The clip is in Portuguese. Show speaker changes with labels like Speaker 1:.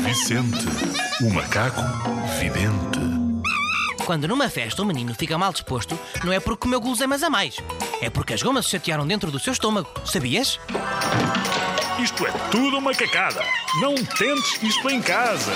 Speaker 1: Vicente, o macaco vidente.
Speaker 2: Quando numa festa um menino fica mal disposto, não é porque comeu guloseimas a mais. É porque as gomas se chatearam dentro do seu estômago, sabias?
Speaker 3: Isto é tudo uma cacada. Não tentes isto em casa.